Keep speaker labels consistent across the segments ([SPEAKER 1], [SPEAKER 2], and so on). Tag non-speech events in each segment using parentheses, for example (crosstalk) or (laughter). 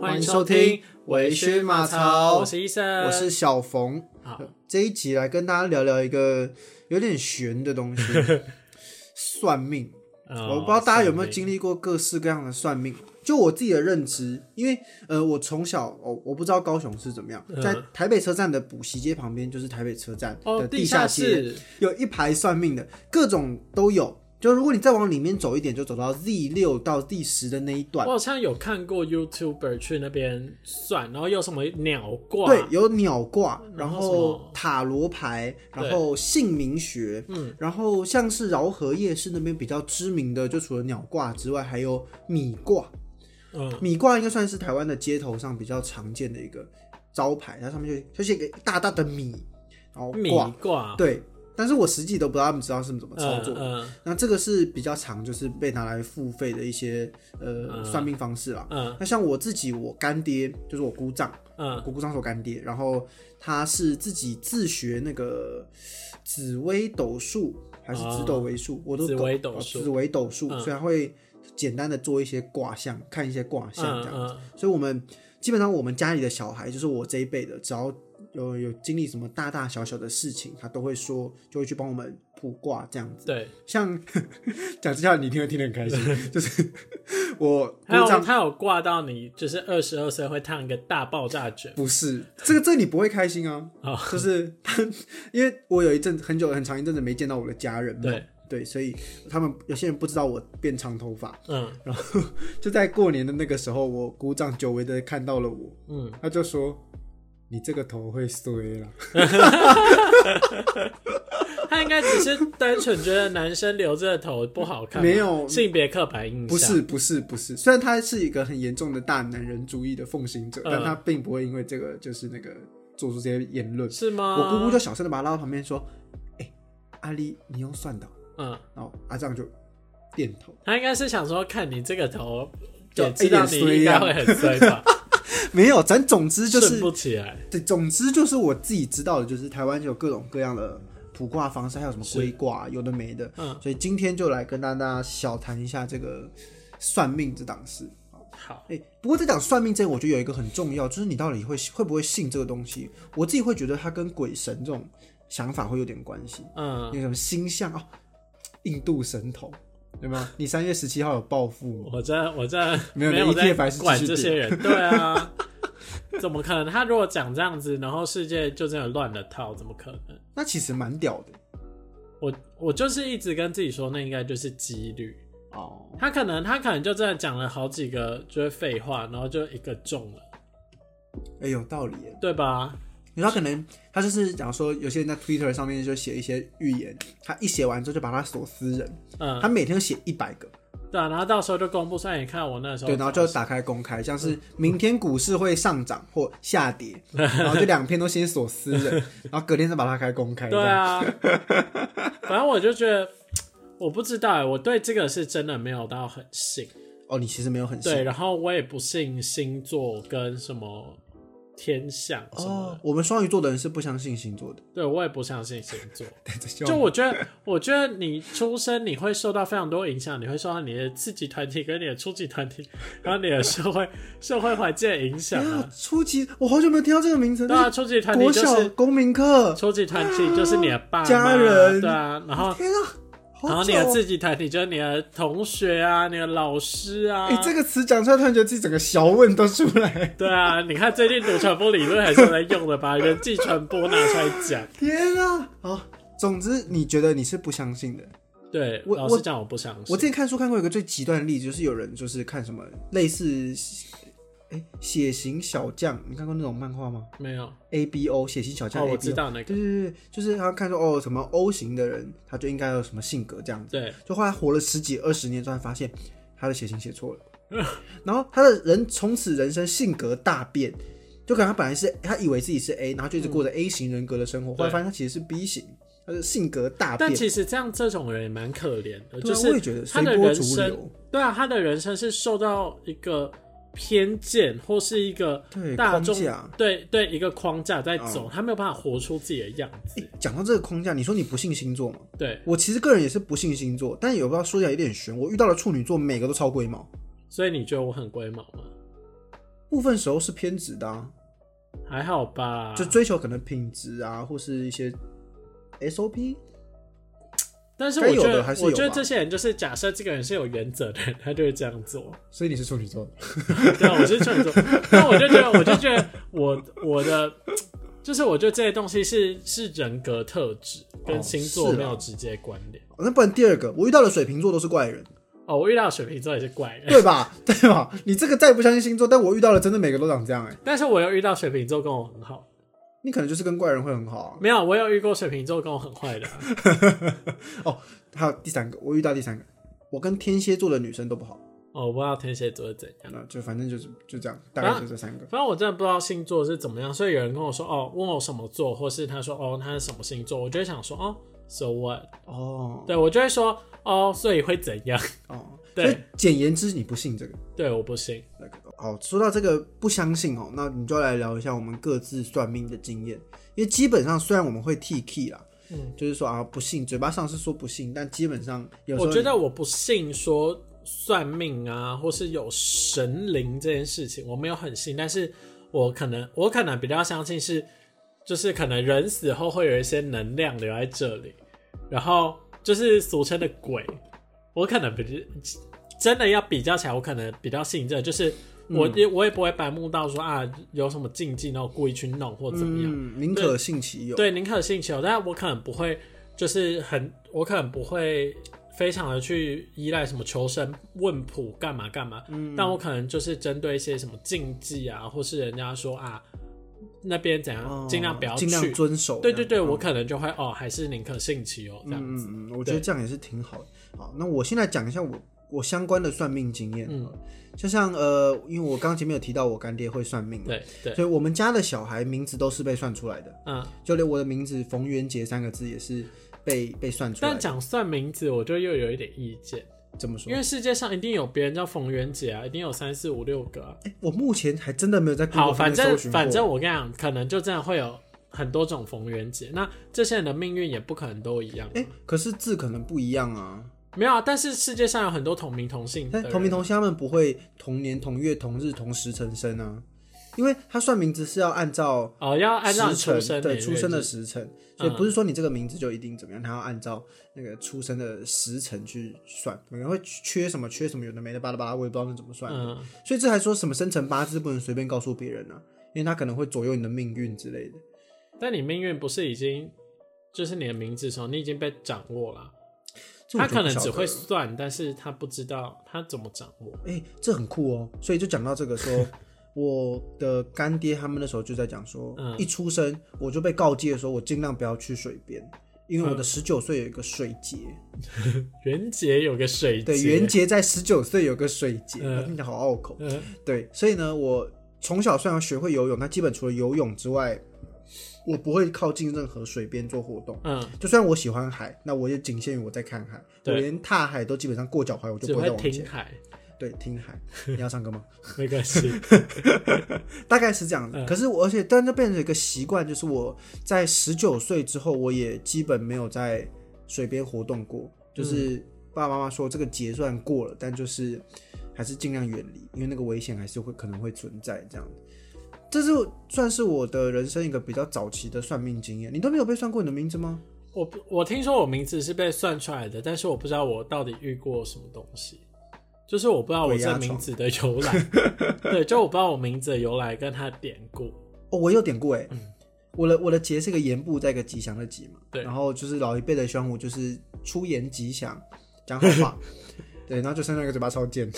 [SPEAKER 1] 欢迎收听《微醺马槽》，
[SPEAKER 2] 我是医生，
[SPEAKER 1] 我是小冯。
[SPEAKER 2] 好，
[SPEAKER 1] 这一集来跟大家聊聊一个有点悬的
[SPEAKER 2] (laughs)
[SPEAKER 1] 东西——算命。
[SPEAKER 2] 呃哦
[SPEAKER 1] 我不知道大家有没有经
[SPEAKER 2] 历
[SPEAKER 1] 历过各式各样的算命。就我自己的认知，因为呃，我从小我、我不知道高雄是怎么样，
[SPEAKER 2] 嗯
[SPEAKER 1] 在台北车站的补习街旁边就是台北车站
[SPEAKER 2] 哦
[SPEAKER 1] 的
[SPEAKER 2] 地
[SPEAKER 1] 下街，
[SPEAKER 2] 室，
[SPEAKER 1] 有一排算命的，各种都有。就如果你再往里面走一点，就走到 Z 六到第十的那一
[SPEAKER 2] 我
[SPEAKER 1] 段，
[SPEAKER 2] 好像有看过 YouTuber 去那边算，然后有什么鸟卦，
[SPEAKER 1] 对，有鸟卦，
[SPEAKER 2] 嗯然
[SPEAKER 1] 然
[SPEAKER 2] 后什
[SPEAKER 1] 后
[SPEAKER 2] 么
[SPEAKER 1] 塔罗牌，
[SPEAKER 2] 对
[SPEAKER 1] 然后姓名学，嗯，然后像是饶河夜市那边比较知名的，就除了鸟卦之外，还有米卦。
[SPEAKER 2] 嗯，
[SPEAKER 1] 米卦应该算是台湾的街头上比较常见的一个招牌，它上面就就是一个大大的米，然后
[SPEAKER 2] 米
[SPEAKER 1] 卦，
[SPEAKER 2] 卦
[SPEAKER 1] 对。但是我实际都不知道他们知道是怎么操作的。
[SPEAKER 2] 嗯
[SPEAKER 1] 那这个是比较常就是被拿来付费的一些呃
[SPEAKER 2] 嗯
[SPEAKER 1] 算命方式啦。
[SPEAKER 2] 嗯
[SPEAKER 1] 那像我自己，我干爹就是我姑丈，
[SPEAKER 2] 嗯
[SPEAKER 1] 我姑丈是我干爹，然后他是自己自学那个紫微斗数还是紫斗为数，我都
[SPEAKER 2] 啊紫
[SPEAKER 1] 搞
[SPEAKER 2] 微斗数
[SPEAKER 1] 哦紫微斗数，
[SPEAKER 2] 嗯
[SPEAKER 1] 所以他会简单的做一些卦象，看一些卦象这样。
[SPEAKER 2] 嗯
[SPEAKER 1] 所以我们基本上我们家里的小孩，就是我这一辈的，只要有有经历什么大大小小的事情，他都会说，就会去帮我们卜卦这样子。
[SPEAKER 2] 嗯，对，
[SPEAKER 1] 像 (laughs) 讲这下你一定会听得很开心，就是 (laughs) 我姑
[SPEAKER 2] 还有
[SPEAKER 1] 丈
[SPEAKER 2] 他有挂到你，就是二十二岁会烫一个大爆炸卷
[SPEAKER 1] 不是这个，这个你不会开心啊，
[SPEAKER 2] 哦
[SPEAKER 1] 就是 (laughs) 他，因为我有一阵很久很长一阵子没见到我的家人嘛，
[SPEAKER 2] 对
[SPEAKER 1] 对，所以他们有些人不知道我变长头发，
[SPEAKER 2] 嗯
[SPEAKER 1] 然后就在过年的那个时候，我姑丈久违的看到了我，
[SPEAKER 2] 嗯，
[SPEAKER 1] 他就说。你这个头会衰啦，
[SPEAKER 2] 他应该只是单纯觉得男生留着头不好看吧，
[SPEAKER 1] 没有
[SPEAKER 2] 性别刻板印象，
[SPEAKER 1] (laughs) 不是不是不是，虽然他是一个很严重的大男人主义的奉行者，
[SPEAKER 2] 嗯
[SPEAKER 1] 但他并不会因为这个就是那个做出这些言论。
[SPEAKER 2] 是吗？
[SPEAKER 1] 我姑姑就小声的把他拉到旁边说：“哎、阿丽，你用算的哦。”
[SPEAKER 2] 嗯，
[SPEAKER 1] 然后阿丈就点头，
[SPEAKER 2] 他应该是想说看你这个头，
[SPEAKER 1] 就
[SPEAKER 2] 也知道你应该会很衰吧，
[SPEAKER 1] 没有，咱总之 (laughs) 就
[SPEAKER 2] 顺
[SPEAKER 1] 是
[SPEAKER 2] 不，起来，
[SPEAKER 1] 对，总之就是我自己知道的，就是台湾有各种各样的卜卦方式，还有什么龟卦，有的没的，
[SPEAKER 2] 嗯，
[SPEAKER 1] 所以今天就来跟大家小谈一下这个算命这档事。
[SPEAKER 2] 好，
[SPEAKER 1] 哎、不过在讲算命之前，我觉得有一个很重要，就是你到底会会不会信这个东西？我自己会觉得它跟鬼神这种想法会有点关系，
[SPEAKER 2] 嗯，
[SPEAKER 1] 有什么星象哦，印度神童，对吗？你三月十七号有暴富吗？
[SPEAKER 2] 我这我这
[SPEAKER 1] 没有
[SPEAKER 2] 有
[SPEAKER 1] 你
[SPEAKER 2] 在
[SPEAKER 1] ETF 还是继续
[SPEAKER 2] 管这些人，对啊， (laughs) 怎么可能？他如果讲这样子，然后世界就真的乱了套，怎么可能？
[SPEAKER 1] 那其实蛮屌的
[SPEAKER 2] 我我就是一直跟自己说，那应该就是几率。
[SPEAKER 1] 哦。
[SPEAKER 2] 他可能他可能就真的讲了好几个就是废话，然后就一个中了，
[SPEAKER 1] 哎、有道理耶。
[SPEAKER 2] 对吧？
[SPEAKER 1] 你说他可能他就是讲说，有些人在 Twitter 上面就写一些预言，他一写完之后就把他所思人，
[SPEAKER 2] 嗯
[SPEAKER 1] 他，每天都写一百个，
[SPEAKER 2] 对啊，然后到时候就公布出来，你看我那时候
[SPEAKER 1] 对，然后就打开公开，像是明天股市会上涨或下跌，
[SPEAKER 2] 嗯
[SPEAKER 1] 然后就两篇都先所
[SPEAKER 2] (laughs)
[SPEAKER 1] 思人，然后隔天再把它开公开。
[SPEAKER 2] 对啊，
[SPEAKER 1] (laughs)
[SPEAKER 2] 反正我就觉得，我不知道欸，我对这个是真的没有到很信。
[SPEAKER 1] 这样，哦，你其实没有很信
[SPEAKER 2] 对，然后我也不信星座跟什么天象什么
[SPEAKER 1] 哦，我们双鱼座的人是不相信星座的
[SPEAKER 2] 的，，对我也不相信星
[SPEAKER 1] (laughs)
[SPEAKER 2] 座。
[SPEAKER 1] 对这
[SPEAKER 2] (laughs) 就我觉得，我觉得你出生你会受到非常多影响，你会受到你的自己团体跟你的初级团体，然后你的社
[SPEAKER 1] (laughs)
[SPEAKER 2] 会社会环境的影响
[SPEAKER 1] 啊
[SPEAKER 2] 啊。
[SPEAKER 1] 初级，我好久没有听到这个名字。
[SPEAKER 2] 对啊，初级团体
[SPEAKER 1] 国
[SPEAKER 2] 就
[SPEAKER 1] 小
[SPEAKER 2] 是
[SPEAKER 1] 公民课，
[SPEAKER 2] 初级团体就是你的爸妈
[SPEAKER 1] 家人
[SPEAKER 2] 对啊，然后
[SPEAKER 1] 天啊，好
[SPEAKER 2] 然后你
[SPEAKER 1] 久
[SPEAKER 2] 的
[SPEAKER 1] 哦
[SPEAKER 2] 自己团体就是你的同学啊，你的老师啊，
[SPEAKER 1] 哎、这个词讲出来，突然觉得自己整个小问都出来。
[SPEAKER 2] 对啊，你看最近读传播理论还是有在用的吧，人际传播拿出来讲。
[SPEAKER 1] 天啊！好，总之你觉得你是不相信的。
[SPEAKER 2] 对，
[SPEAKER 1] (laughs) 我
[SPEAKER 2] 老实讲我不相信。
[SPEAKER 1] 我之前看书看过一个最极端的例子，就是有人就是看什么类似，哎、血型小将，你看过那种漫画吗
[SPEAKER 2] 没有
[SPEAKER 1] ？A B O 血型小将
[SPEAKER 2] 哦，
[SPEAKER 1] ABO，
[SPEAKER 2] 我知道那个
[SPEAKER 1] 对，对对，就是他看说哦，什么 O 型的人，他就应该有什么性格这样子。 (laughs)
[SPEAKER 2] 对，
[SPEAKER 1] 就后来活了十几二十年，突然发现他的血型写错了，然后他的人从此人生性格大变，就可能他本来是他以为自己是 A，然后就一直过着 A 型人格的生活，后来发现他其实是 B 型，他的性格大变
[SPEAKER 2] 但。其实这样这种人也蛮可怜的，
[SPEAKER 1] 对
[SPEAKER 2] 就
[SPEAKER 1] 啊，
[SPEAKER 2] 是
[SPEAKER 1] 我也觉得
[SPEAKER 2] 他
[SPEAKER 1] 随
[SPEAKER 2] 的
[SPEAKER 1] 波
[SPEAKER 2] 人
[SPEAKER 1] 逐
[SPEAKER 2] 生，
[SPEAKER 1] 流，
[SPEAKER 2] 对啊，他的人生是受到一个偏见或是一个
[SPEAKER 1] 对
[SPEAKER 2] 大
[SPEAKER 1] 框
[SPEAKER 2] 众
[SPEAKER 1] 架。哦
[SPEAKER 2] 对对一个框架在走，他没有办法活出自己的样子。
[SPEAKER 1] 诶讲到这个框架，你说你不信星座吗？
[SPEAKER 2] 对，
[SPEAKER 1] 我其实个人也是不信星座，但有不要说起来有点悬。我遇到的处女座每个都超龟毛，
[SPEAKER 2] 所以你觉得我很龟毛吗？
[SPEAKER 1] 部分时候是偏执的、啊，
[SPEAKER 2] 还好吧？
[SPEAKER 1] 就追求可能品质啊，或是一些 SOP。
[SPEAKER 2] 但是
[SPEAKER 1] 该
[SPEAKER 2] 我
[SPEAKER 1] 有
[SPEAKER 2] 觉
[SPEAKER 1] 的
[SPEAKER 2] 得
[SPEAKER 1] 还，是
[SPEAKER 2] 我
[SPEAKER 1] 有
[SPEAKER 2] 觉得
[SPEAKER 1] 吧
[SPEAKER 2] 这些人就是假设这个人是有原则的人，他就会这样做。
[SPEAKER 1] 所以你是处女座的，
[SPEAKER 2] 对啊，我是处女座， (laughs) 那我就觉得，我就觉得我我的就是，我觉得这些东西是是人格特质跟
[SPEAKER 1] 哦
[SPEAKER 2] 星座
[SPEAKER 1] 是啊
[SPEAKER 2] 没有直接关联。
[SPEAKER 1] 哦那不然第二个，我遇到的水瓶座都是
[SPEAKER 2] (laughs)
[SPEAKER 1] 怪人，
[SPEAKER 2] 哦，我遇到的水瓶座也是怪人，
[SPEAKER 1] 啊对吧？对吧？你这个再不相信星座，但我遇到的真的每个都长这样哎、
[SPEAKER 2] 但是我有遇到水瓶座跟我很好，
[SPEAKER 1] 你可能就是跟怪人会很好啊。
[SPEAKER 2] 没有，我有遇过水瓶座跟我很坏的啊、
[SPEAKER 1] 还有第三个，我遇到第三个，我跟天蝎座的女生都不好，
[SPEAKER 2] 哦，我不知道天蝎座是怎样。
[SPEAKER 1] 那就反正就是就这样，大概就这三个。
[SPEAKER 2] 反正我真的不知道星座是怎么样，所以有人跟我说哦，问我什么座，或是他说哦他是什么星座，我就会想说哦，so what？
[SPEAKER 1] 哦
[SPEAKER 2] 对我就会说哦，所以会怎样？ (laughs)
[SPEAKER 1] 哦，
[SPEAKER 2] 对
[SPEAKER 1] 所以简言之，你不信这个。
[SPEAKER 2] 对，我不信。
[SPEAKER 1] 那个好，说到这个不相信哦，那你就来聊一下我们各自算命的经验，因为基本上虽然我们会 T K 啦，
[SPEAKER 2] 嗯，
[SPEAKER 1] 就是说啊不信，嘴巴上是说不信，但基本上有时候
[SPEAKER 2] 我觉得我不信说算命啊，或是有神灵这件事情，我没有很信，但是我可能我可能比较相信是，就是可能人死后会有一些能量留在这里，然后就是俗称的鬼，我可能比真的要比较起来，我可能比较信这个就是。我
[SPEAKER 1] 嗯
[SPEAKER 2] 也我也不会白目到说啊有什么禁忌，然后故意去弄或怎么样，
[SPEAKER 1] 嗯，宁可信其有，
[SPEAKER 2] 对，宁可信其有，哦但我可能不会，就是很，我可能不会非常的去依赖什么求神问卜干嘛干嘛，
[SPEAKER 1] 嗯
[SPEAKER 2] 但我可能就是针对一些什么禁忌啊，或是人家说啊那边怎样，
[SPEAKER 1] 哦
[SPEAKER 2] 尽、量不要去
[SPEAKER 1] 尽，量遵守。
[SPEAKER 2] 对对
[SPEAKER 1] 这
[SPEAKER 2] 对，
[SPEAKER 1] 样
[SPEAKER 2] 我可能就会哦，还是宁可信其有这样子，
[SPEAKER 1] 嗯嗯嗯，我觉得这样也是挺好的。好，那我现在讲一下我我相关的算命经验，嗯，就像呃，因为我刚前面有提到我干爹会算命，，
[SPEAKER 2] 对对，
[SPEAKER 1] 所以我们家的小孩名字都是被算出来的，
[SPEAKER 2] 嗯，
[SPEAKER 1] 就连我的名字冯元杰三个字也是被被算出来
[SPEAKER 2] 但
[SPEAKER 1] 的。
[SPEAKER 2] 讲算名字，我就又有一点意见，
[SPEAKER 1] 怎么说
[SPEAKER 2] 因？为世界上一定有别人叫冯元杰啊，一定有三四五六个啊、
[SPEAKER 1] 哎我目前还真的没有在 Google
[SPEAKER 2] 好，反
[SPEAKER 1] 上面
[SPEAKER 2] 正
[SPEAKER 1] 搜寻
[SPEAKER 2] 反
[SPEAKER 1] 过
[SPEAKER 2] 正我跟你讲，可能就真的会有很多种逢源节，那这些人的命运也不可能都一样。
[SPEAKER 1] 哎、可是字可能不一样啊。
[SPEAKER 2] 没有啊，但是世界上有很多同名同姓的
[SPEAKER 1] 但
[SPEAKER 2] 人，
[SPEAKER 1] 同名同姓，他们不会同年同月同日同时辰生啊，因为他算名字是要按照
[SPEAKER 2] 哦，要按照你
[SPEAKER 1] 时
[SPEAKER 2] 出
[SPEAKER 1] 辰，
[SPEAKER 2] 生
[SPEAKER 1] 对
[SPEAKER 2] 年
[SPEAKER 1] 出
[SPEAKER 2] 月
[SPEAKER 1] 生的
[SPEAKER 2] 日
[SPEAKER 1] 时辰，所以不是说你这个名字就一定怎么样，他要按照那个出生的时辰去算，可能会缺什么缺什么，有的没的巴拉巴拉，我也不知道那怎么算的。
[SPEAKER 2] 嗯，
[SPEAKER 1] 所以这还说什么生辰八字不能随便告诉别人啊，因为他可能会左右你的命运之类的。
[SPEAKER 2] 但你命运不是已经就是你的名字的时候，你已经被掌握了。
[SPEAKER 1] 这我
[SPEAKER 2] 他
[SPEAKER 1] 就
[SPEAKER 2] 可
[SPEAKER 1] 不
[SPEAKER 2] 能
[SPEAKER 1] 晓
[SPEAKER 2] 只
[SPEAKER 1] 得
[SPEAKER 2] 会
[SPEAKER 1] 了
[SPEAKER 2] 算，但是他不知道他怎么掌握。
[SPEAKER 1] 哎、这很酷哦。所以就讲到这个说，我的干爹他们那时候就在讲 (laughs) 说，
[SPEAKER 2] 嗯
[SPEAKER 1] 一出生我就被告诫说，我尽量不要去水边，因为我的十九岁有一个水节，
[SPEAKER 2] 元节有个水
[SPEAKER 1] 对，
[SPEAKER 2] 节
[SPEAKER 1] 元节在十九岁有个水节，
[SPEAKER 2] 嗯
[SPEAKER 1] 我听起来好拗口。
[SPEAKER 2] 嗯
[SPEAKER 1] 对，所以呢，我从小虽然学会游泳，但基本除了游泳之外，我不会靠近任何水边做活动。
[SPEAKER 2] 嗯，
[SPEAKER 1] 就算我喜欢海，那我也仅限于我在看海，我
[SPEAKER 2] 对
[SPEAKER 1] 连踏海都基本上过脚踝我就
[SPEAKER 2] 只
[SPEAKER 1] 不会
[SPEAKER 2] 会
[SPEAKER 1] 再往
[SPEAKER 2] 听
[SPEAKER 1] 前。
[SPEAKER 2] 海，
[SPEAKER 1] 对，听海，
[SPEAKER 2] (laughs)
[SPEAKER 1] 你要唱歌吗？
[SPEAKER 2] 没关系。
[SPEAKER 1] 大概是这样子。可是我，而且但这变成一个习惯，就是我在十九岁之后，我也基本没有在水边活动过。就是爸爸妈妈说这个节算过了，但就是还是尽量远离，因为那个危险还是会可能会存在这样子。这是算是我的人生一个比较早期的算命经验。你都没有被算过你的名字吗？
[SPEAKER 2] 我不我听说我名字是被算出来的，但是我不知道我到底遇过什么东西，就是我不知道我
[SPEAKER 1] 鬼
[SPEAKER 2] 这
[SPEAKER 1] 压床
[SPEAKER 2] 名字的由来， (laughs) 对，就我不知道我名字的由来跟它的典故，
[SPEAKER 1] 哦，我有点过哎、
[SPEAKER 2] 嗯
[SPEAKER 1] 我的我的节是个言部，在一个吉祥的吉嘛。
[SPEAKER 2] 对
[SPEAKER 1] 然后就是老一辈的宣武就是出言吉祥，讲好
[SPEAKER 2] (laughs)
[SPEAKER 1] 话。对，然后就生了一个嘴巴超尖，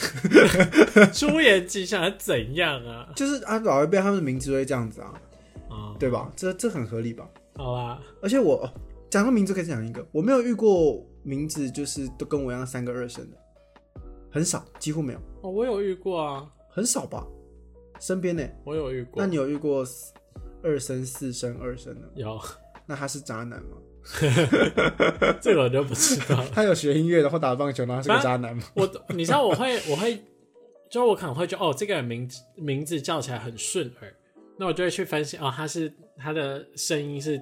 [SPEAKER 2] 朱颜吉祥是怎样啊？
[SPEAKER 1] 就是啊，老一辈他们的名字都会这样子啊，
[SPEAKER 2] 啊、
[SPEAKER 1] 对吧？这这很合理吧？
[SPEAKER 2] 好啦，
[SPEAKER 1] 而且我哦讲到名字可以讲一个，我没有遇过名字就是都跟我一样三个二声的，很少，几乎没有，
[SPEAKER 2] 哦，我有遇过啊，
[SPEAKER 1] 很少吧？身边呢？
[SPEAKER 2] 我有遇过
[SPEAKER 1] 那，你有遇过四二声、四声、二声的？
[SPEAKER 2] 有，
[SPEAKER 1] 那他是渣男吗？
[SPEAKER 2] 这个我就不知道了。 (laughs)
[SPEAKER 1] 他有学音乐，然后打棒球，然后他是
[SPEAKER 2] 啊
[SPEAKER 1] 个渣男吗？
[SPEAKER 2] 我你知道我会我会，就我可能会觉得哦，这个人名字名字叫起来很顺耳，那我就会去分析哦，他是他的声音是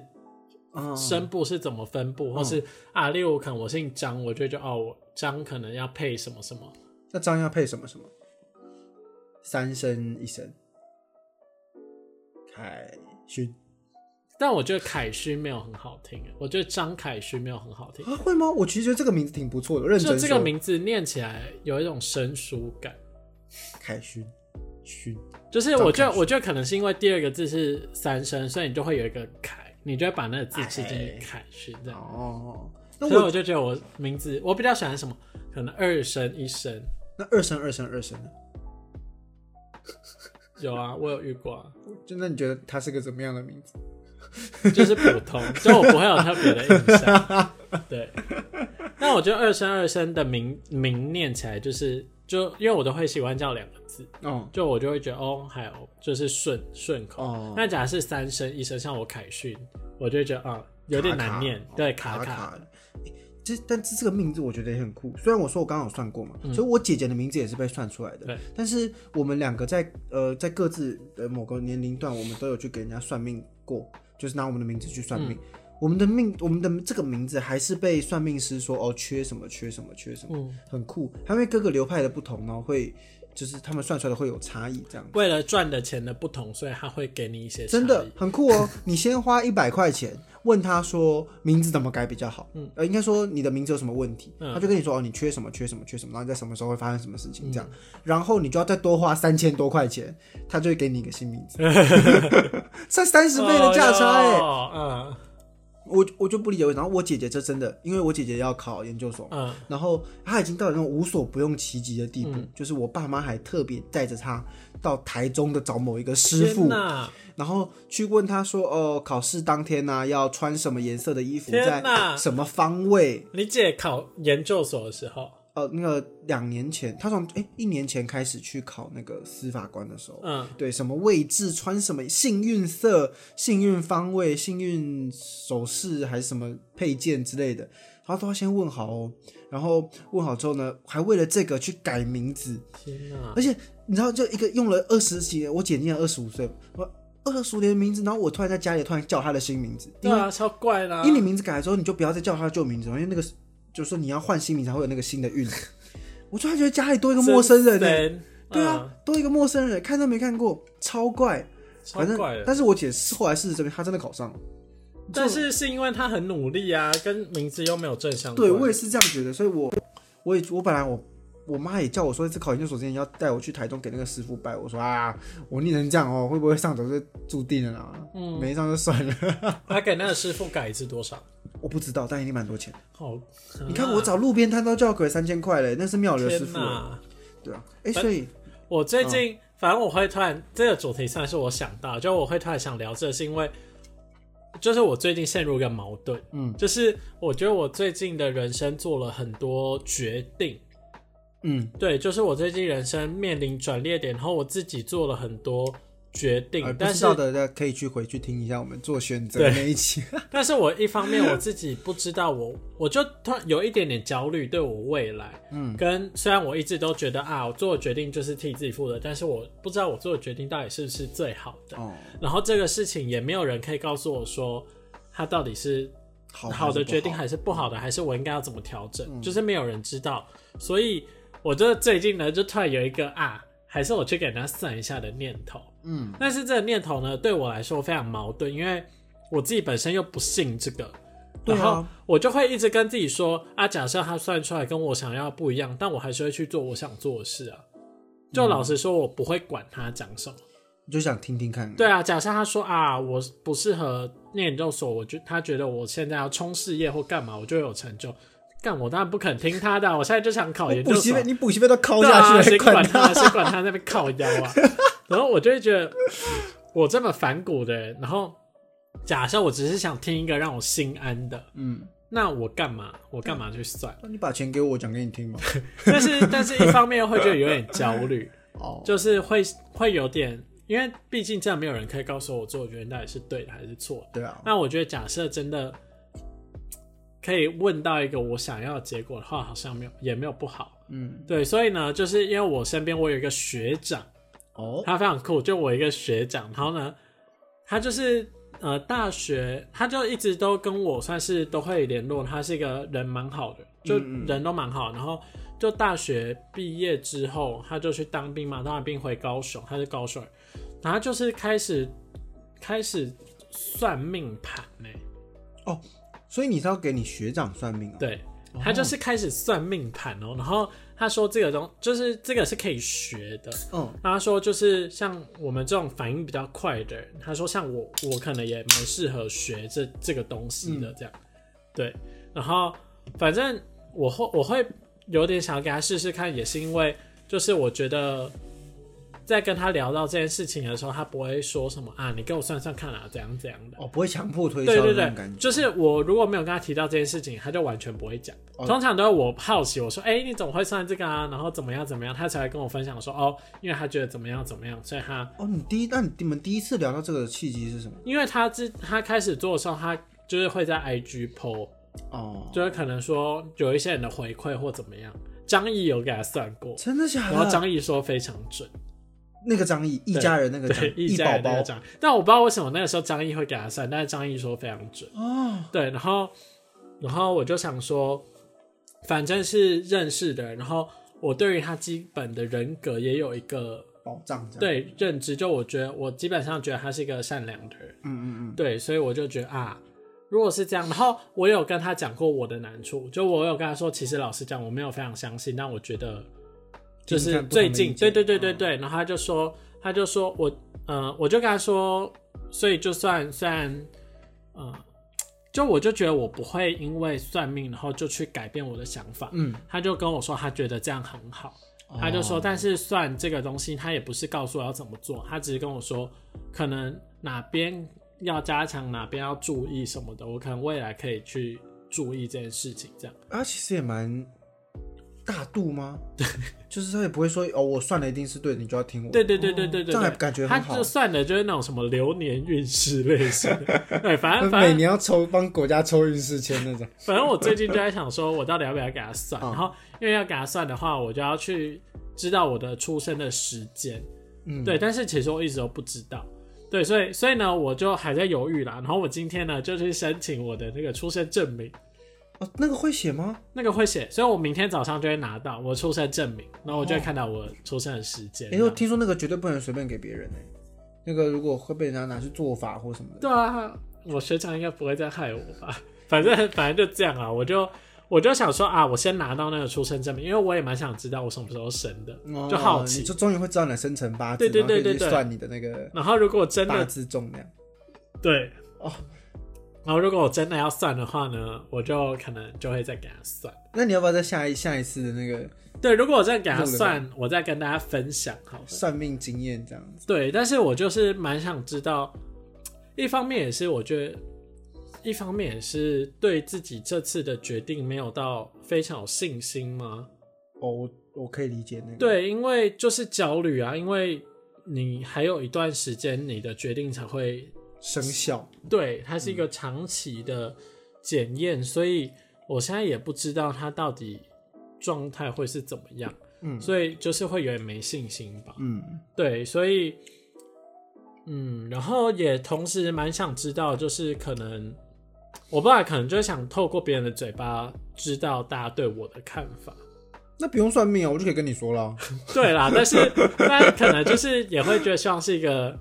[SPEAKER 1] 啊
[SPEAKER 2] 声部是怎么分布，或
[SPEAKER 1] 嗯
[SPEAKER 2] 是啊，例如可能我姓张，我就觉得哦，我张可能要配什么什么，
[SPEAKER 1] 那张要配什么什么？三声一声，凯勋
[SPEAKER 2] 但我觉得凯勋没有很好听，我觉得张凯勋没有很
[SPEAKER 1] (laughs)
[SPEAKER 2] 好听，
[SPEAKER 1] 啊，会吗？我其实觉得这个名字挺不错的，认
[SPEAKER 2] 就
[SPEAKER 1] 真
[SPEAKER 2] 这个
[SPEAKER 1] 说
[SPEAKER 2] 名字念起来有一种生疏感。
[SPEAKER 1] 凯勋勋，
[SPEAKER 2] 就是我觉
[SPEAKER 1] 张凯
[SPEAKER 2] 得，
[SPEAKER 1] 勋
[SPEAKER 2] 我觉得可能是因为第二个字是三声，所以你就会有一个凯，你就会把那个字吃进去
[SPEAKER 1] 哎，
[SPEAKER 2] 凯是这样。
[SPEAKER 1] 哦，那
[SPEAKER 2] 所以我
[SPEAKER 1] 我
[SPEAKER 2] 就觉得我名字我比较喜欢什么，可能二声一声
[SPEAKER 1] 那二声二声二声呢？
[SPEAKER 2] 有啊，我有遇过、啊，
[SPEAKER 1] 就那你觉得他是个怎么样的名字？
[SPEAKER 2] 就是普通，就我不会有特别的印象。对，那我觉得二声二声的名名念起来就是就因为我都会喜欢叫两个字，
[SPEAKER 1] 哦，
[SPEAKER 2] 就我就会觉得哦，还有就是顺顺口。
[SPEAKER 1] 哦
[SPEAKER 2] 那假如是三声一声，像我凯勋，我就会觉得啊、有点难念，对，卡
[SPEAKER 1] 卡
[SPEAKER 2] 卡。
[SPEAKER 1] 的。这但是这个名字我觉得也很酷，虽然我说我刚刚有算过嘛，所以我姐姐的名字也是被算出来
[SPEAKER 2] 嗯
[SPEAKER 1] 的
[SPEAKER 2] 对。
[SPEAKER 1] 但是我们两个在呃在各自的某个年龄段，我们都有去给人家算命过，就是拿我们的名字去算命。
[SPEAKER 2] 嗯
[SPEAKER 1] 我们的命，我们的这个名字还是被算命师说哦，缺什么缺什么缺什么，
[SPEAKER 2] 嗯
[SPEAKER 1] 很酷。因为各个流派的不同呢，会就是他们算出来的会有差异，这样
[SPEAKER 2] 为了赚的钱的不同，所以他会给你一些
[SPEAKER 1] 真
[SPEAKER 2] 差
[SPEAKER 1] 的
[SPEAKER 2] 异
[SPEAKER 1] 很酷
[SPEAKER 2] (laughs)
[SPEAKER 1] 哦。你先花一百块钱问他说名字怎么改比较好，嗯，呃，应该说你的名字有什么问题，
[SPEAKER 2] 嗯
[SPEAKER 1] 他就跟你说哦，你缺什么缺什么缺什么，然后你在什么时候会发生什么事情这样，然后你就要再多花三千多块钱，他就会给你一个新
[SPEAKER 2] (laughs)
[SPEAKER 1] 名字， (laughs) 才三十倍的价差哎、
[SPEAKER 2] 哦
[SPEAKER 1] 我我就不理解为什么。然后我姐姐这真的，因为我姐姐要考研究所嘛，
[SPEAKER 2] 嗯嗯，
[SPEAKER 1] 然后他已经到了那种无所不用其极的地步，就是我爸妈还特别带着他到台中的找某一个师傅
[SPEAKER 2] 天，哪，
[SPEAKER 1] 然后去问他说：“哦，考试当天呢、要穿什么颜色的衣服，
[SPEAKER 2] 天
[SPEAKER 1] 在
[SPEAKER 2] 哪
[SPEAKER 1] 什么方位
[SPEAKER 2] 你姐考研究所的时候，？”
[SPEAKER 1] 呃，那个两年前，他从哎一年前开始去考那个司法官的时候，
[SPEAKER 2] 嗯，
[SPEAKER 1] 对什么位置穿什么幸运色、幸运方位、幸运首饰还是什么配件之类的，然后都要先问好哦。然后问好之后呢，还为了这个去改名字，
[SPEAKER 2] 天哪，
[SPEAKER 1] 而且你知道，就一个用了二十几年，我姐念二十五岁，我二十五年的名字，然后我突然在家里突然叫她的新名字，因
[SPEAKER 2] 对
[SPEAKER 1] 为、
[SPEAKER 2] 啊，超怪啦，
[SPEAKER 1] 因为你名字改了之后，你就不要再叫她的旧名字了，因为那个是就是说你要换新名才会有那个新
[SPEAKER 2] (laughs)
[SPEAKER 1] 的运。我突然觉得家里多一个陌生人呢、
[SPEAKER 2] 真
[SPEAKER 1] 对啊，，多一个陌生人，看都没看过，超怪。
[SPEAKER 2] 嗯超
[SPEAKER 1] 反正
[SPEAKER 2] 怪，的。
[SPEAKER 1] 但是我姐是后来事实证明，她真的考上了。
[SPEAKER 2] 但是是因为他很努力啊，跟名字又没有正相关。
[SPEAKER 1] 对我也是这样觉得，所以我我也我本来我我妈也叫我说，这考研究所之前要带我去台中给那个师傅拜，我说啊，我念成这样哦，会不会上早就注定了啦？嗯，没上就算了， (laughs)
[SPEAKER 2] 他给那个师傅改一次多少？
[SPEAKER 1] 我不知道，但一定蛮多钱。
[SPEAKER 2] 好，啊
[SPEAKER 1] 你看我找路边摊都叫给三千块嘞，那是庙里的师
[SPEAKER 2] 天
[SPEAKER 1] 傅，
[SPEAKER 2] 哪！
[SPEAKER 1] 对啊，哎，所以
[SPEAKER 2] 我最近、反正我会突然这个主题算是我想到，就我会突然想聊这，是因为就是我最近陷入一个矛盾，
[SPEAKER 1] 嗯
[SPEAKER 2] 就是我觉得我最近的人生做了很多决定，
[SPEAKER 1] 嗯，
[SPEAKER 2] 对，就是我最近人生面临转捩点，然后我自己做了很多决定，
[SPEAKER 1] 呃不
[SPEAKER 2] 但
[SPEAKER 1] 知
[SPEAKER 2] 是
[SPEAKER 1] 道的大家可以去回去听一下我们做选择
[SPEAKER 2] 对
[SPEAKER 1] 那
[SPEAKER 2] (laughs)
[SPEAKER 1] 一期，
[SPEAKER 2] 但是我一方面我自己不知道我， (laughs) 我就突然有一点点焦虑，对我未来，嗯，跟虽然我一直都觉得啊，我做的决定就是替自己负责，但是我不知道我做的决定到底是不是最好的，
[SPEAKER 1] 哦，
[SPEAKER 2] 然后这个事情也没有人可以告诉我说，他到底是
[SPEAKER 1] 好嗯
[SPEAKER 2] 好的决定
[SPEAKER 1] 还
[SPEAKER 2] 还是不好的，还是我应该要怎么调整，就是没有人知道。所以我就最近呢，就突然有一个啊，还是我去给人家算一下的念头。
[SPEAKER 1] 嗯，
[SPEAKER 2] 但是这个念头呢，对我来说非常矛盾，因为我自己本身又不信这个。
[SPEAKER 1] 对
[SPEAKER 2] 然
[SPEAKER 1] 啊
[SPEAKER 2] 后我就会一直跟自己说啊，假设他算出来跟我想要不一样，但我还是会去做我想做的事啊。就
[SPEAKER 1] 嗯
[SPEAKER 2] 老实说，我不会管他讲什么。
[SPEAKER 1] 就想听听看，
[SPEAKER 2] 对啊，假设他说啊，我不适合念研究所，我觉他觉得我现在要冲事业或干嘛，我就会有成就。干，我当然不肯听他的啊，我现在就想考研
[SPEAKER 1] 补
[SPEAKER 2] 究
[SPEAKER 1] 习
[SPEAKER 2] 所
[SPEAKER 1] 费。你补习费都
[SPEAKER 2] 对
[SPEAKER 1] 抠
[SPEAKER 2] 啊，
[SPEAKER 1] 下去，
[SPEAKER 2] 谁管
[SPEAKER 1] 管
[SPEAKER 2] 他？谁管他那边靠腰啊？ (laughs) 然后我就会觉得，嗯我这么反骨的嗯人，然后假设我只是想听一个让我心安的，
[SPEAKER 1] 嗯，
[SPEAKER 2] 那我干嘛？我干嘛去算？ (laughs)
[SPEAKER 1] (laughs) 那你把钱给我，我讲给你听嘛。
[SPEAKER 2] 但是，但是一方面又会觉得有点焦虑。
[SPEAKER 1] (laughs) 哦，
[SPEAKER 2] 就是会会有点，因为毕竟这样没有人可以告诉我做的决定到底是对的还是错的。
[SPEAKER 1] 对啊，
[SPEAKER 2] 那我觉得假设真的可以问到一个我想要的结果的话，好像没有也没有不好。
[SPEAKER 1] 嗯，
[SPEAKER 2] 对，所以呢，就是因为我身边我有一个学长，
[SPEAKER 1] 哦，
[SPEAKER 2] 他非常酷，就我一个学长，然后呢，他就是呃大学，他就一直都跟我算是都会联络，他是一个人蛮好的，就
[SPEAKER 1] 嗯嗯
[SPEAKER 2] 人都蛮好，然后就大学毕业之后，他就去当兵嘛，当完兵回高雄，他是高雄人，然后他就是开始开始算命盘欸呢、
[SPEAKER 1] 所以你是要给你学长算命啊、
[SPEAKER 2] 对，他就是开始算命盘哦、然后他说这个东就是这个是可以学的，
[SPEAKER 1] 嗯，
[SPEAKER 2] 那他说就是像我们这种反应比较快的人，他说像我，我可能也蛮适合学这这个东西的这样。对，然后反正我会我会有点想要给他试试看，也是因为就是我觉得在跟他聊到这件事情的时候，他不会说什么啊，你给我算算看啊，怎样怎样的。
[SPEAKER 1] 哦，不会强迫推销
[SPEAKER 2] 对对
[SPEAKER 1] 的那种感
[SPEAKER 2] 对，
[SPEAKER 1] 觉，
[SPEAKER 2] 就是我如果没有跟他提到这件事情，他就完全不会讲。
[SPEAKER 1] 哦
[SPEAKER 2] 通常都是我好奇，我说：“哎、你怎么会算这个啊？然后怎么样怎么样？”他才会跟我分享说：“哦，因为他觉得怎么样怎么样，所以他
[SPEAKER 1] 哦，你第一，那你们第一次聊到这个的契机是什么？
[SPEAKER 2] 因为他之他开始做的时候，他就是会在 IG PO，
[SPEAKER 1] 哦，
[SPEAKER 2] 就是可能说有一些人的回馈或怎么样。张毅有给他算
[SPEAKER 1] (laughs)
[SPEAKER 2] 过，
[SPEAKER 1] 真的假
[SPEAKER 2] 然后
[SPEAKER 1] 的？
[SPEAKER 2] 张毅说非常准，
[SPEAKER 1] 那个张毅，一家人那个张
[SPEAKER 2] 对， (laughs) 一家
[SPEAKER 1] 宝
[SPEAKER 2] 人那个
[SPEAKER 1] 宝，
[SPEAKER 2] 张毅，但我不知道为什么那个时候张毅会给他算，但是张毅说非常准。
[SPEAKER 1] 哦，
[SPEAKER 2] 对，然后然后我就想说，反正是认识的人，然后我对于他基本的人格也有一个
[SPEAKER 1] 宝藏这样，，
[SPEAKER 2] 对认知，就我觉得我基本上觉得他是一个善良的人，
[SPEAKER 1] 嗯嗯
[SPEAKER 2] 对，所以我就觉得啊。如果是这样，然后我有跟他讲过我的难处，就我有跟他说，其实老实讲，我没有非常相信，但我觉得就
[SPEAKER 1] 听
[SPEAKER 2] 是
[SPEAKER 1] 看不同的
[SPEAKER 2] 最近，
[SPEAKER 1] 意见嗯
[SPEAKER 2] 对对对对对，然后他就说，他就说我，呃，我就跟他说，所以就算虽然，呃，就我就觉得我不会因为算命然后就去改变我的想法，
[SPEAKER 1] 嗯，
[SPEAKER 2] 他就跟我说他觉得这样很好，
[SPEAKER 1] 嗯，
[SPEAKER 2] 他就说，
[SPEAKER 1] 哦
[SPEAKER 2] 但是算这个东西，他也不是告诉我要怎么做，他只是跟我说，可能哪边要加强，哪边要注意什么的，我可能未来可以去注意这件事情，这样。
[SPEAKER 1] 啊，其实也蛮大度吗？对，就是他也不会说哦，我算的一定是对的，你就要听我。 (laughs)
[SPEAKER 2] 对对对对对对
[SPEAKER 1] 这样还
[SPEAKER 2] 对，
[SPEAKER 1] 感觉
[SPEAKER 2] 他
[SPEAKER 1] 很好
[SPEAKER 2] 就。算的就是那种什么流年运势类型的， (laughs) 对，反正反
[SPEAKER 1] (laughs) 每
[SPEAKER 2] 正
[SPEAKER 1] 年要抽帮国家抽运势签 (laughs) 那种，
[SPEAKER 2] 反正我最近就在想说，我到底要不要给他算？
[SPEAKER 1] (laughs)
[SPEAKER 2] 然后因为要给他算的话，我就要去知道我的出生的时间。
[SPEAKER 1] 嗯，
[SPEAKER 2] 对，但是其实我一直都不知道。对，所以所以呢，我就还在犹豫啦。然后我今天呢，就去申请我的那个出生证明，
[SPEAKER 1] 哦，那个会写吗？
[SPEAKER 2] 那个会写，所以我明天早上就会拿到我出生证明，然后我就会看到我出生的时间。
[SPEAKER 1] 哎、我听说那个绝对不能随便给别人呢、欸那个如果会被人家拿去做法或什么的，
[SPEAKER 2] 对啊，我学长应该不会再害我吧？ (laughs) 反正反正就这样啊，我就我就想说啊，我先拿到那个出生证明，因为我也蛮想知道我什么时候生的，
[SPEAKER 1] 哦
[SPEAKER 2] 就好奇
[SPEAKER 1] 你就终于会知道你的生辰八字，
[SPEAKER 2] 对对对
[SPEAKER 1] 然后可以去
[SPEAKER 2] 对对
[SPEAKER 1] 算你的那个
[SPEAKER 2] 然后如果真
[SPEAKER 1] 八
[SPEAKER 2] 的
[SPEAKER 1] 字重量。
[SPEAKER 2] 对
[SPEAKER 1] 哦，
[SPEAKER 2] 然后如果我真的要算的话呢，我就可能就会再给他算。
[SPEAKER 1] 那你要不要在下一下一次的那个
[SPEAKER 2] 对，如果我再给他算，我再跟大家分享好了。
[SPEAKER 1] 算命经验这样子？
[SPEAKER 2] 对，但是我就是蛮想知道，一方面也是我觉得，一方面也是对自己这次的决定没有到非常有信心吗？
[SPEAKER 1] 哦，我我可以理解那个。，
[SPEAKER 2] 对，因为就是焦虑啊，因为你还有一段时间，你的决定才会
[SPEAKER 1] 生肖
[SPEAKER 2] 对，它是一个长期的检验，所以我现在也不知道它到底状态会是怎么样，
[SPEAKER 1] 嗯
[SPEAKER 2] 所以就是会有点没信心吧。
[SPEAKER 1] 嗯，
[SPEAKER 2] 对，所以，嗯，然后也同时蛮想知道，就是可能我爸可能就是想透过别人的嘴巴知道大家对我的看法。
[SPEAKER 1] 那不用算命啊，我就可以跟你说
[SPEAKER 2] (laughs)
[SPEAKER 1] 了。
[SPEAKER 2] 对啦，但是但可能就是也会觉得希望是一个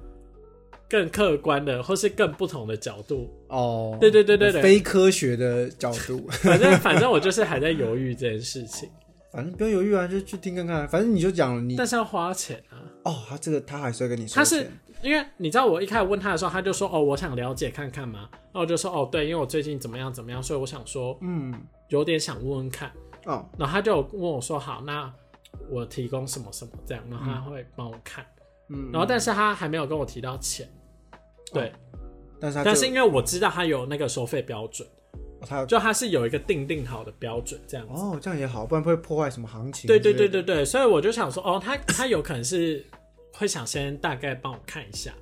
[SPEAKER 2] 更客观的，或是更不同的角度
[SPEAKER 1] 哦，
[SPEAKER 2] 对对对对对
[SPEAKER 1] 非科学的角度， (laughs)
[SPEAKER 2] 反正反正我就是还在犹豫这件事情，
[SPEAKER 1] 反正不用犹豫啊，就去听看看。反正你就讲了你
[SPEAKER 2] 但是要花钱啊。
[SPEAKER 1] 哦，他这个他还是会跟你说，
[SPEAKER 2] 他是因为你知道我一开始问他的时候，他就说哦，我想了解看看嘛。然后我就说哦，对，因为我最近怎么样怎么样，所以我想说
[SPEAKER 1] 嗯
[SPEAKER 2] 有点想问问看。
[SPEAKER 1] 哦
[SPEAKER 2] 然后他就问我说好，那我提供什么什么这样，然后他会帮我看。
[SPEAKER 1] 嗯，
[SPEAKER 2] 然后但是他还没有跟我提到钱，对，
[SPEAKER 1] 但是他
[SPEAKER 2] 但是因
[SPEAKER 1] 就
[SPEAKER 2] 为我知道他有那个收费标准，
[SPEAKER 1] 哦他
[SPEAKER 2] 就他是有一个定定好的标准这样子。
[SPEAKER 1] 哦这样也好，不然会破坏什么行情之类
[SPEAKER 2] 对
[SPEAKER 1] 的。
[SPEAKER 2] 对对对对，所以我就想说，哦，他他有可能是会想先大概帮我看一下，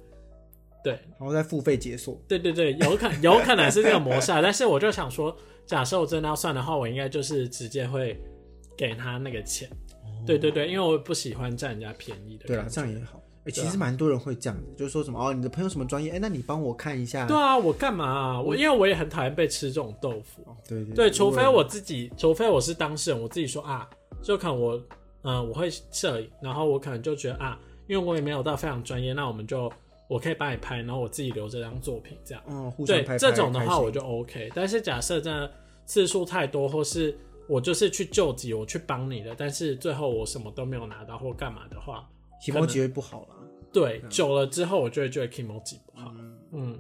[SPEAKER 2] 对
[SPEAKER 1] 然后再付费解锁。
[SPEAKER 2] 对对对，有可有可能是这个模 (laughs) 式啊，但是我就想说，假设我真的要算的话，我应该就是直接会给他那个钱，对对对，因为我不喜欢占人家便宜的
[SPEAKER 1] 对啦，
[SPEAKER 2] 感觉，
[SPEAKER 1] 这样也好。哎，其
[SPEAKER 2] 啊
[SPEAKER 1] 实蛮多人会这样子，就是说什么哦，你的朋友什么专业，哎，那你帮我看一下。
[SPEAKER 2] 对啊，我干嘛、啊？我因为我也嗯很讨厌被吃这种豆腐，
[SPEAKER 1] 哦对对
[SPEAKER 2] 对，除非我自己，除非我是当事人，我自己说啊，就可能我，嗯、我会摄影，然后我可能就觉得啊，因为我也没有到非常专业，那我们就我可以帮你拍，然后我自己留这张作品这样。
[SPEAKER 1] 嗯，互相
[SPEAKER 2] 对
[SPEAKER 1] 拍拍
[SPEAKER 2] 这种的
[SPEAKER 1] 开
[SPEAKER 2] 话，
[SPEAKER 1] 心
[SPEAKER 2] 我就 OK。但是假设真的次数太多，或是我就是去救急，我去帮你的，但是最后我什么都没有拿到或干嘛的话，
[SPEAKER 1] 期
[SPEAKER 2] 可
[SPEAKER 1] 末
[SPEAKER 2] 能
[SPEAKER 1] 结会不好啦。
[SPEAKER 2] 对，
[SPEAKER 1] 嗯
[SPEAKER 2] 久了之后我就会觉得 k i m o j i 不好。嗯，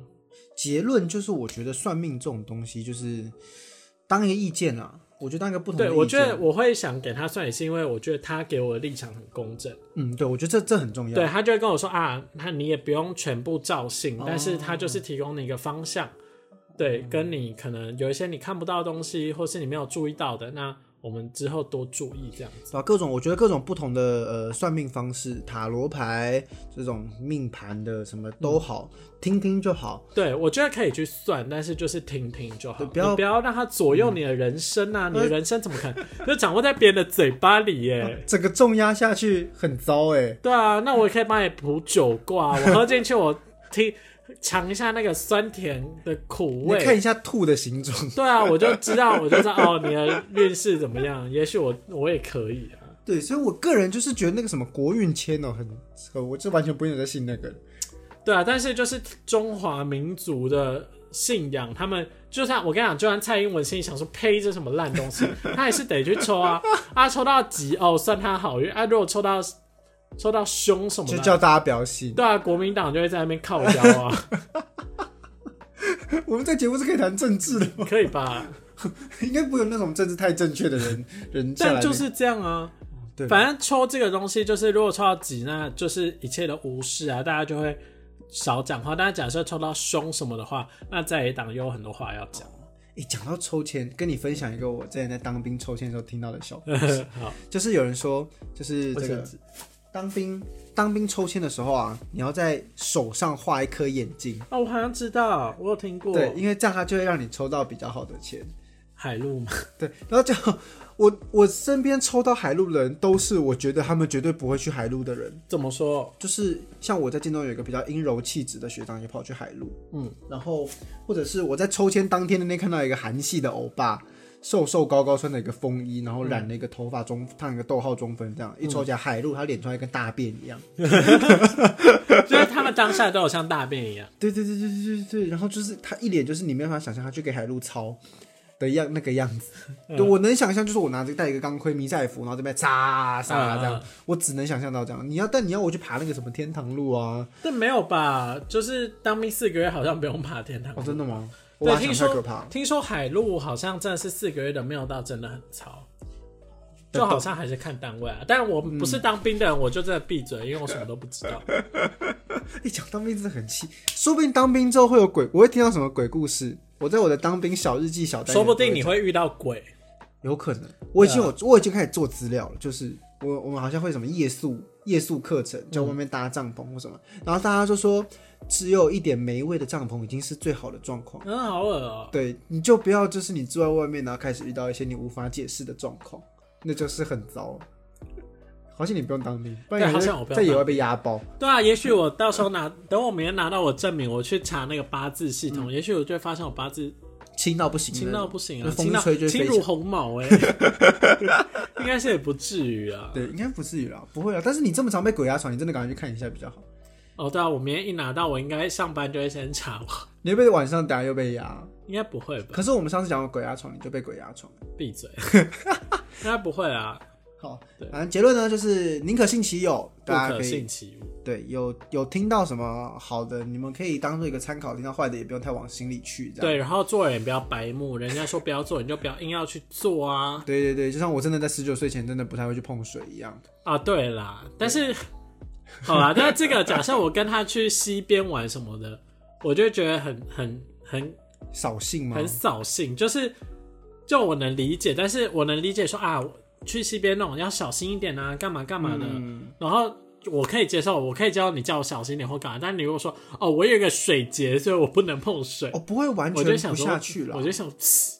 [SPEAKER 1] 结论就是，我觉得算命这种东西就是当一个意见啊，我觉得当一个不同的
[SPEAKER 2] 对，
[SPEAKER 1] 意见。
[SPEAKER 2] 我觉得我会想给他算，也是因为我觉得他给我的立场很公正。
[SPEAKER 1] 嗯，对，我觉得这这很重要。
[SPEAKER 2] 对，他就会跟我说啊，那你也不用全部照
[SPEAKER 1] 哦
[SPEAKER 2] 信，但是他就是提供你一个方向，对，
[SPEAKER 1] 嗯
[SPEAKER 2] 跟你可能有一些你看不到的东西，或是你没有注意到的，那我们之后多注意这样子。
[SPEAKER 1] 啊，各种我觉得各种不同的呃算命方式，塔罗牌这种命盘的什么
[SPEAKER 2] 嗯
[SPEAKER 1] 都好，听听就好。
[SPEAKER 2] 对，我觉得可以去算，但是就是听听就好，
[SPEAKER 1] 对
[SPEAKER 2] 你
[SPEAKER 1] 不要嗯
[SPEAKER 2] 不要让它左右你的人生啊！你的人生怎么可能就掌握在别人的嘴巴里耶？
[SPEAKER 1] (laughs) 整个重压下去很糟哎、
[SPEAKER 2] 对啊，那我也可以帮你补酒卦，我喝进去，我听尝一下那个酸甜的苦
[SPEAKER 1] 你看
[SPEAKER 2] 味。
[SPEAKER 1] 一下兔的形状，
[SPEAKER 2] 对啊，我就知道，我就知道哦，你的运势怎么样？也许我我也可以啊。
[SPEAKER 1] 对，所以我个人就是觉得那个什么国运签哦、很很，我这完全不用再信那个了。
[SPEAKER 2] 对啊，但是就是中华民族的信仰，他们就算我跟你讲，就算蔡英文心里想说呸，这什么烂
[SPEAKER 1] (laughs)
[SPEAKER 2] 东西，他也是得去抽啊，啊抽到几哦算他好运，啊如果抽到抽到凶什么
[SPEAKER 1] 就
[SPEAKER 2] 的，
[SPEAKER 1] 叫大家不要信。 (laughs)
[SPEAKER 2] 对啊，国民党就会在那边靠腰啊，
[SPEAKER 1] 我们在节目是 (laughs) 可以谈政治的 (laughs) 吗？
[SPEAKER 2] 可以吧？
[SPEAKER 1] 应该不会有那种政治太正确的人人
[SPEAKER 2] (laughs)
[SPEAKER 1] 下
[SPEAKER 2] 但
[SPEAKER 1] 来。
[SPEAKER 2] 就是这样啊，
[SPEAKER 1] 对，
[SPEAKER 2] 反正抽这个东西就是如果抽到几，那就是一切都无视啊，大家就会少讲话。但是假设抽到凶什么的话，那在野党又有很多话要讲。
[SPEAKER 1] 诶，讲到抽签，跟你分享一个我之前在当兵抽签的时候听到的小故事，
[SPEAKER 2] (laughs) 好，
[SPEAKER 1] 就是有人说，就是这
[SPEAKER 2] 卫生
[SPEAKER 1] 个当兵当兵抽签的时候啊，你要在手上画一颗眼睛，
[SPEAKER 2] 哦，我好像知道，我有听过。
[SPEAKER 1] 对，因为这样它就会让你抽到比较好的签。
[SPEAKER 2] 海陆嘛，
[SPEAKER 1] 对，然后就我我身边抽到海陆的人，都是我觉得他们绝对不会去海陆的人。
[SPEAKER 2] (laughs) 怎么 (laughs) 说？
[SPEAKER 1] 就是像我在建中有一个比较阴柔气质的学长，也跑去海陆，嗯，然后或者是我在抽签当天那天看到一个韩系的欧巴，瘦瘦高高，穿着一个风衣，然后染了一个头发中烫一个逗号中分，这样一抽起来海陆，他脸穿一跟大便一样，
[SPEAKER 2] 就是他们当下都有像大便一样，
[SPEAKER 1] 对对对对对对对，然后就是他一脸就是你没办法想象他去给海陆操的样那个样子，
[SPEAKER 2] 嗯
[SPEAKER 1] 对我能想象就是我拿着戴一个钢盔迷彩服，然后这边
[SPEAKER 2] 嗯
[SPEAKER 1] 扎扎这样，我只能想象到这样。你要但你要我去爬那个什么天堂路啊？
[SPEAKER 2] 但没有吧？就是当兵四个月好像不用爬天堂。
[SPEAKER 1] 哦，真的吗？我
[SPEAKER 2] 对，
[SPEAKER 1] 把它
[SPEAKER 2] 听
[SPEAKER 1] 想太可
[SPEAKER 2] 说
[SPEAKER 1] 怕了。
[SPEAKER 2] 听说海陆好像真的是四个月的庙道真的很糙，
[SPEAKER 1] 对
[SPEAKER 2] 就好像还是看单位啊。但我不是当兵的人，我就真的闭嘴，因为我什么都不知
[SPEAKER 1] (laughs)
[SPEAKER 2] 道。
[SPEAKER 1] 一哎讲当兵真的很气，说不定当兵之后会有鬼，我会听到什么鬼故事。我在我的当兵小日记小单元
[SPEAKER 2] 说
[SPEAKER 1] 都
[SPEAKER 2] 不
[SPEAKER 1] 会讲，
[SPEAKER 2] 定你会遇到鬼，
[SPEAKER 1] 有可能，
[SPEAKER 2] 啊
[SPEAKER 1] 我已经有、我已经开始做资料了，就是我我们好像会什么夜宿夜宿课程，
[SPEAKER 2] 嗯
[SPEAKER 1] 在外面搭帐篷或什么，然后大家就说只有一点霉味的帐篷已经是最好的状况。
[SPEAKER 2] 嗯，好恶哦、
[SPEAKER 1] 对，你就不要就是你住在外面，然后开始遇到一些你无法解释的状况，那就是很糟。好像你不用当兵，不然
[SPEAKER 2] 对
[SPEAKER 1] 你
[SPEAKER 2] 好
[SPEAKER 1] 会
[SPEAKER 2] 像我不用
[SPEAKER 1] 在野
[SPEAKER 2] 当
[SPEAKER 1] 外被压爆。
[SPEAKER 2] 对啊，也许我到时候拿，等我明天拿到我证明，我去查那个八字系
[SPEAKER 1] 嗯
[SPEAKER 2] 统，也许我就会发现我八字
[SPEAKER 1] 轻到不行的那
[SPEAKER 2] 轻到
[SPEAKER 1] 种，
[SPEAKER 2] 不行啊，
[SPEAKER 1] 风
[SPEAKER 2] 轻到
[SPEAKER 1] 吹就会
[SPEAKER 2] 轻
[SPEAKER 1] 飞
[SPEAKER 2] 如
[SPEAKER 1] 起
[SPEAKER 2] 鸿毛哎、
[SPEAKER 1] (laughs)
[SPEAKER 2] 应该是也不至于啊。
[SPEAKER 1] 对，应该不至于啦，不会啊啦。但是你这么常被鬼压床，你真的赶快去看一下比较好。
[SPEAKER 2] 哦，对啊，我明天一拿到，我应该上班就会先查我， (laughs)
[SPEAKER 1] 你会被晚上等下又被压，
[SPEAKER 2] 应该不会吧？
[SPEAKER 1] 可是我们上次讲过鬼压床，你就被鬼压床。
[SPEAKER 2] 闭
[SPEAKER 1] (laughs)
[SPEAKER 2] 嘴，应该不会啊啦，
[SPEAKER 1] 好
[SPEAKER 2] 对，
[SPEAKER 1] 反正结论呢就是宁可信其有，
[SPEAKER 2] 不
[SPEAKER 1] 大家
[SPEAKER 2] 可
[SPEAKER 1] 可以
[SPEAKER 2] 信其无。
[SPEAKER 1] 对有有听到什么好的，你们可以当做一个参考；听到坏的也不用太往心里去。这样
[SPEAKER 2] 对，然后做人也不要白目，人家说不要做，你就不要硬要去做啊
[SPEAKER 1] 对对对，就像我真的在十九岁前真的不太会去碰水一样。
[SPEAKER 2] 啊！对啦，但是好啦，但是这个假设我跟他去西边玩什么的，我就会觉得很很很
[SPEAKER 1] 扫兴吗？
[SPEAKER 2] 很扫兴，就是就我能理解，但是我能理解说啊，我去西边那种要小心一点啊，干嘛干嘛的，
[SPEAKER 1] 嗯
[SPEAKER 2] 然后。我可以接受，我可以接受你叫我小心点或干嘛，但你如果说哦，我有一个水节，所以我不能碰水，
[SPEAKER 1] 哦，不会完
[SPEAKER 2] 我就
[SPEAKER 1] 全
[SPEAKER 2] 想
[SPEAKER 1] 不
[SPEAKER 2] 说
[SPEAKER 1] 下去了
[SPEAKER 2] 我。就想， (laughs) 嘶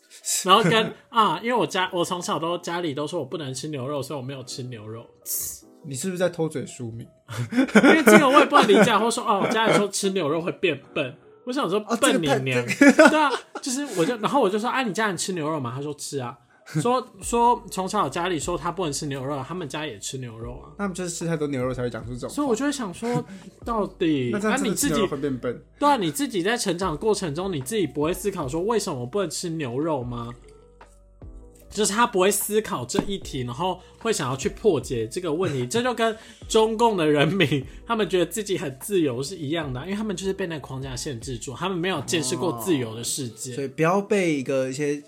[SPEAKER 2] 然后跟啊，因为我家我从小都家里都说我不能吃牛肉，所以我没有吃牛肉，
[SPEAKER 1] 你是不是在偷嘴书名？
[SPEAKER 2] 因为这个我也不能理解，或说哦，我家里说吃牛肉会变笨。我想说
[SPEAKER 1] 哦这个
[SPEAKER 2] 笨你 (laughs)
[SPEAKER 1] 太
[SPEAKER 2] 娘，对啊，就是我就然后我就说啊，你家人吃牛肉吗？他说吃啊，说说从小家里说他不能吃牛肉，他们家也吃牛肉啊。
[SPEAKER 1] 那他们就是吃太多牛肉才会讲出这种。
[SPEAKER 2] 所以我就会想
[SPEAKER 1] (laughs)
[SPEAKER 2] 说，到底
[SPEAKER 1] 那这样真
[SPEAKER 2] 你
[SPEAKER 1] 的
[SPEAKER 2] 自
[SPEAKER 1] 吃牛
[SPEAKER 2] 己
[SPEAKER 1] 肉会变笨。
[SPEAKER 2] 对啊，你自己在成长过程中，你自己不会思考说为什么不能吃牛肉吗？就是他不会思考这一题，然后会想要去破解这个问题，这就跟中共的人民他们觉得自己很自由是一样的啊、因为他们就是被那个框架限制住，他们没有见识过自由的世界。
[SPEAKER 1] 所以不要被一个一些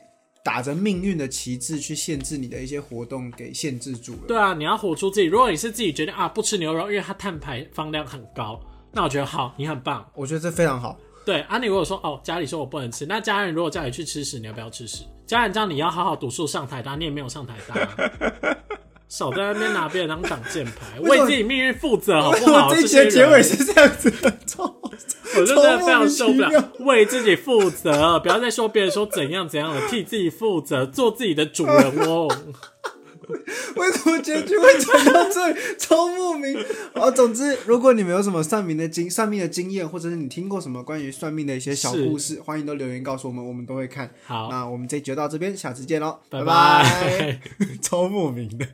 [SPEAKER 1] 打着命运的旗帜去限制你的一些活动给限制住了。
[SPEAKER 2] 对啊，你要活出自己。如果你是自己决定啊不吃牛肉，因为它碳排放量很高，那我觉得好，你很棒。
[SPEAKER 1] 我觉得这非常好。
[SPEAKER 2] 对啊，你如果说哦，家里说我不能吃，那家人如果叫你去吃屎，你要不要吃屎？家人叫你要好好读书上台大，你也没有上台大、啊，
[SPEAKER 1] (laughs)
[SPEAKER 2] 少在那边拿别人当挡箭牌，
[SPEAKER 1] 为什么
[SPEAKER 2] 为自己命运负责好
[SPEAKER 1] (laughs) 为
[SPEAKER 2] 哦不
[SPEAKER 1] 什
[SPEAKER 2] 好？
[SPEAKER 1] 么这一节
[SPEAKER 2] 些
[SPEAKER 1] 结
[SPEAKER 2] 人
[SPEAKER 1] 尾是这样
[SPEAKER 2] (laughs)
[SPEAKER 1] 子的？超
[SPEAKER 2] 我就真的非常受不
[SPEAKER 1] 超莫名
[SPEAKER 2] 了，为自己负责，不要再说别人说怎样怎样了，替自己负责，做自己的主人翁。
[SPEAKER 1] 为什么结局会讲到这里？超莫名。好，总之，如果你们有什么算命的经算命的经验，或者是你听过什么关于算命的一些小
[SPEAKER 2] 是
[SPEAKER 1] 故事，欢迎都留言告诉我们，我们都会看。
[SPEAKER 2] 好，
[SPEAKER 1] 那我们这一集就到这边，下次见喽，
[SPEAKER 2] 拜
[SPEAKER 1] 拜 (laughs) 超莫名的。